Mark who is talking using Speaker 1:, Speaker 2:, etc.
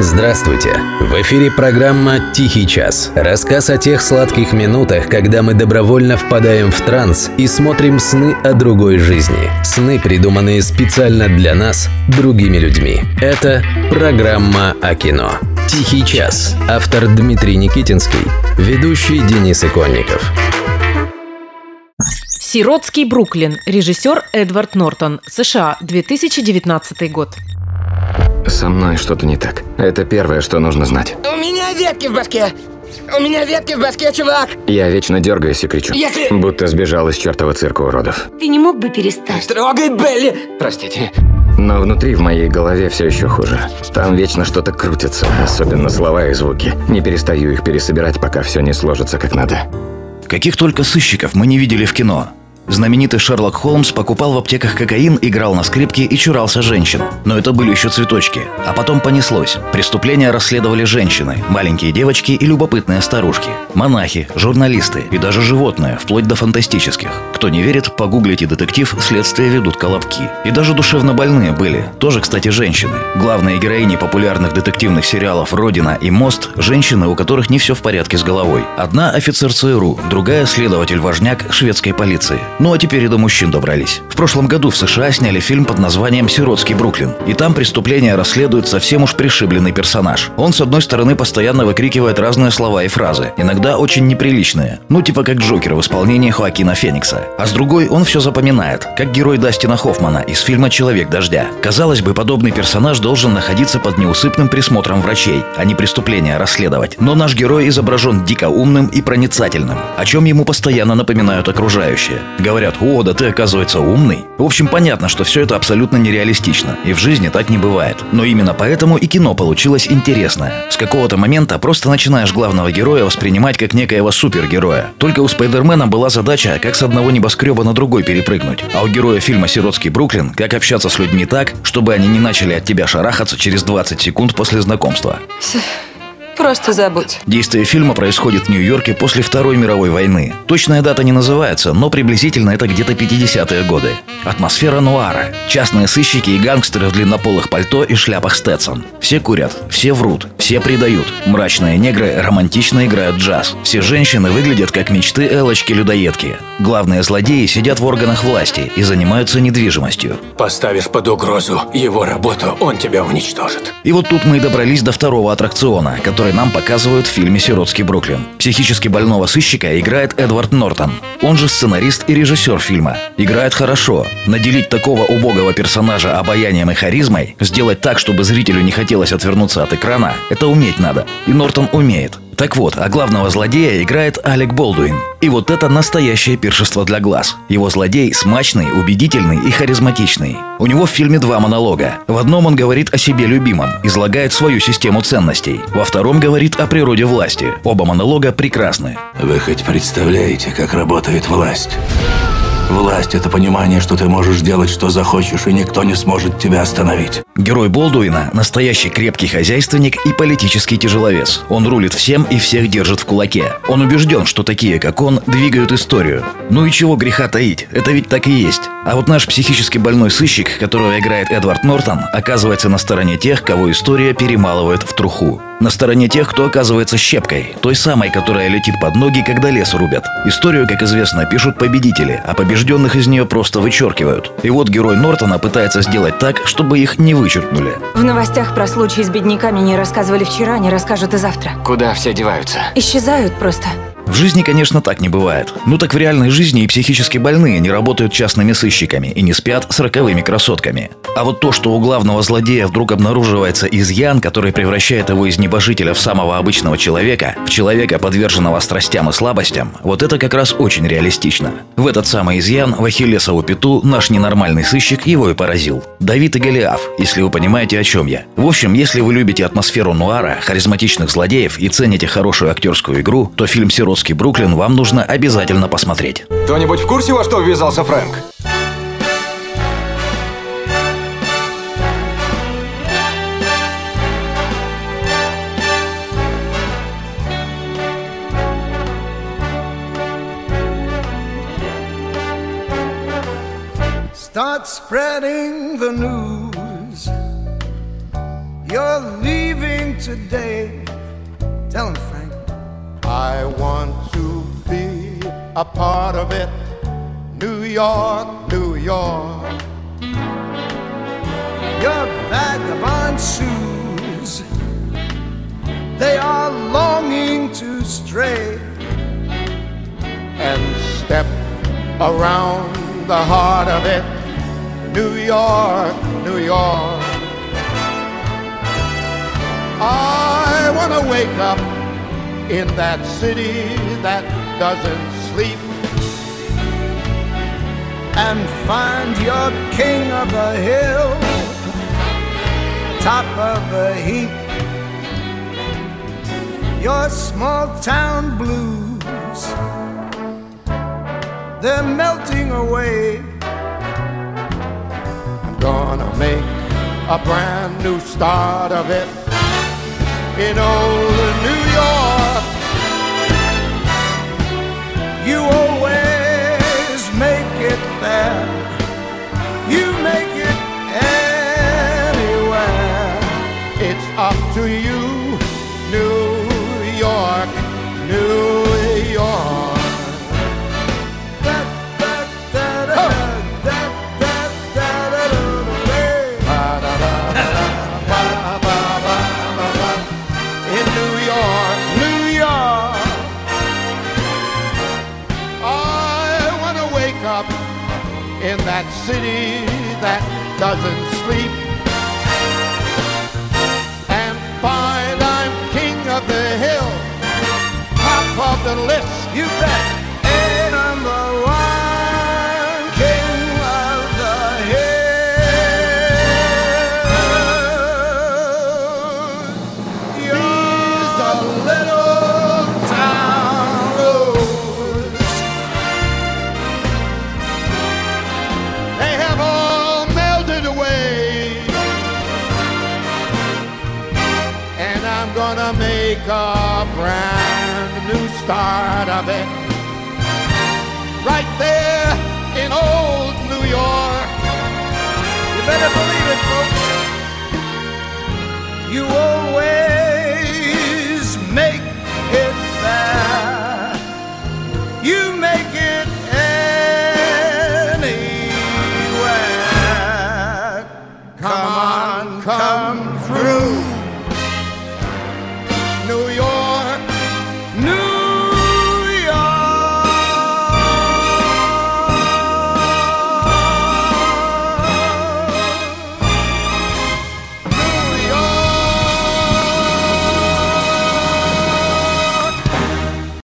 Speaker 1: Здравствуйте! В эфире программа «Тихий час». Рассказ о тех сладких минутах, когда мы добровольно впадаем в транс и смотрим сны о другой жизни. Сны, придуманные специально для нас, другими людьми. Это программа о кино. «Тихий час». Автор Дмитрий Никитинский. Ведущий Денис Иконников.
Speaker 2: Сиротский Бруклин. Режиссер Эдвард Нортон. США. 2019 год.
Speaker 3: Со мной что-то не так. Это первое, что нужно знать.
Speaker 4: У меня ветки в башке! У меня ветки в башке, чувак!
Speaker 3: Я вечно дергаюсь и кричу.
Speaker 4: Если-
Speaker 3: Будто сбежал из чертова цирка уродов.
Speaker 5: Ты не мог бы перестать?
Speaker 4: Трогай Белли!
Speaker 3: Простите. Но внутри в моей голове все еще хуже. Там вечно что-то крутится, особенно слова и звуки. Не перестаю их пересобирать, пока все не сложится как надо.
Speaker 6: Каких только сыщиков мы не видели в кино. Знаменитый Шерлок Холмс покупал в аптеках кокаин, играл на скрипке и чурался женщин. Но это были еще цветочки. А потом понеслось. Преступления расследовали женщины, маленькие девочки и любопытные старушки. Монахи, журналисты и даже животные, вплоть до фантастических. Кто не верит, погуглите детектив «Следствие ведут колобки». И даже душевно больные были. Тоже, кстати, женщины. Главные героини популярных детективных сериалов «Родина» и «Мост» – женщины, у которых не все в порядке с головой. Одна – офицер ЦРУ, другая – следователь-важняк шведской полиции. Ну а теперь и до мужчин добрались. В прошлом году в США сняли фильм под названием «Сиротский Бруклин». И там преступление расследует совсем уж пришибленный персонаж. Он, с одной стороны, постоянно выкрикивает разные слова и фразы, иногда очень неприличные, ну типа как Джокер в исполнении Хоакина Феникса. А с другой, он все запоминает, как герой Дастина Хоффмана из фильма «Человек дождя». Казалось бы, подобный персонаж должен находиться под неусыпным присмотром врачей, а не преступления расследовать. Но наш герой изображен дико умным и проницательным, о чем ему постоянно напоминают окружающие. Говорят, о, да ты оказывается умный. В общем, понятно, что все это абсолютно нереалистично, и в жизни так не бывает. Но именно поэтому и кино получилось интересное. С какого-то момента просто начинаешь главного героя воспринимать как некоего супергероя. Только у Спайдермена была задача, как с одного небоскреба на другой перепрыгнуть. А у героя фильма «Сиротский Бруклин» как общаться с людьми так, чтобы они не начали от тебя шарахаться через 20 секунд после знакомства.
Speaker 5: Просто забудь.
Speaker 6: Действие фильма происходит в Нью-Йорке после Второй мировой войны. Точная дата не называется, но приблизительно это где-то 50-е годы. Атмосфера нуара. Частные сыщики и гангстеры в длиннополых пальто и шляпах Стэдсон. Все курят, все врут, все предают. Мрачные негры романтично играют джаз. Все женщины выглядят как мечты Элочки-людоедки. Главные злодеи сидят в органах власти и занимаются недвижимостью.
Speaker 7: Поставишь под угрозу его работу, он тебя уничтожит.
Speaker 6: И вот тут мы и добрались до второго аттракциона, который нам показывают в фильме «Сиротский Бруклин». Психически больного сыщика играет Эдвард Нортон. Он же сценарист и режиссер фильма. Играет хорошо. Наделить такого убогого персонажа обаянием и харизмой, сделать так, чтобы зрителю не хотелось отвернуться от экрана, это уметь надо. И Нортон умеет. Так вот, а главного злодея играет Алек Болдуин. И вот это настоящее пиршество для глаз. Его злодей смачный, убедительный и харизматичный. У него в фильме два монолога. В одном он говорит о себе любимом, излагает свою систему ценностей. Во втором говорит о природе власти. Оба монолога прекрасны.
Speaker 7: Вы хоть представляете, как работает власть? Власть — это понимание, что ты можешь делать, что захочешь, и никто не сможет тебя остановить.
Speaker 6: Герой Болдуина – настоящий крепкий хозяйственник и политический тяжеловес. Он рулит всем и всех держит в кулаке. Он убежден, что такие, как он, двигают историю. Ну и чего греха таить, это ведь так и есть. А вот наш психически больной сыщик, которого играет Эдвард Нортон, оказывается на стороне тех, кого история перемалывает в труху. На стороне тех, кто оказывается щепкой, той самой, которая летит под ноги, когда лес рубят. Историю, как известно, пишут победители, а побежденных из нее просто вычеркивают. И вот герой Нортона пытается сделать так, чтобы их не вычеркнули.
Speaker 5: В новостях про случай с бедняками не рассказывали вчера, не расскажут и завтра.
Speaker 3: Куда все деваются?
Speaker 5: Исчезают просто.
Speaker 6: В жизни, конечно, так не бывает. Ну так в реальной жизни и психически больные не работают частными сыщиками и не спят с роковыми красотками. А вот то, что у главного злодея вдруг обнаруживается изъян, который превращает его из небожителя в самого обычного человека, в человека, подверженного страстям и слабостям, вот это как раз очень реалистично. В этот самый изъян в Ахиллесову пету наш ненормальный сыщик его и поразил. Давид и Голиаф, если вы понимаете, о чем я. В общем, если вы любите атмосферу нуара, харизматичных злодеев и цените хорошую актерскую игру, то фильм «Сиротский Бруклин» вам нужно обязательно посмотреть.
Speaker 8: Кто-нибудь в курсе, во что ввязался Фрэнк?
Speaker 9: Start spreading the news. You're leaving today. Tell him, Frank. I want to be a part of it. New York, New York. Your vagabond shoes, they are longing to stray and step around the heart of it. New York, New York. I want to wake up in that city that doesn't sleep and find your king of a hill, top of a heap. Your small town blues, they're melting away. I'm gonna make a brand new start of it in old New York. You always make it there. You make it anywhere. It's up to you, New York, New York. in New York, New York. I want to wake up in that city that doesn't sleep and find I'm king of the hill, top of the list. You bet. A number one, king of the hill. He's a little town rose. They have all melted away, and I'm gonna make a brand new start of it. Right there in old New York. You better believe it, folks. You always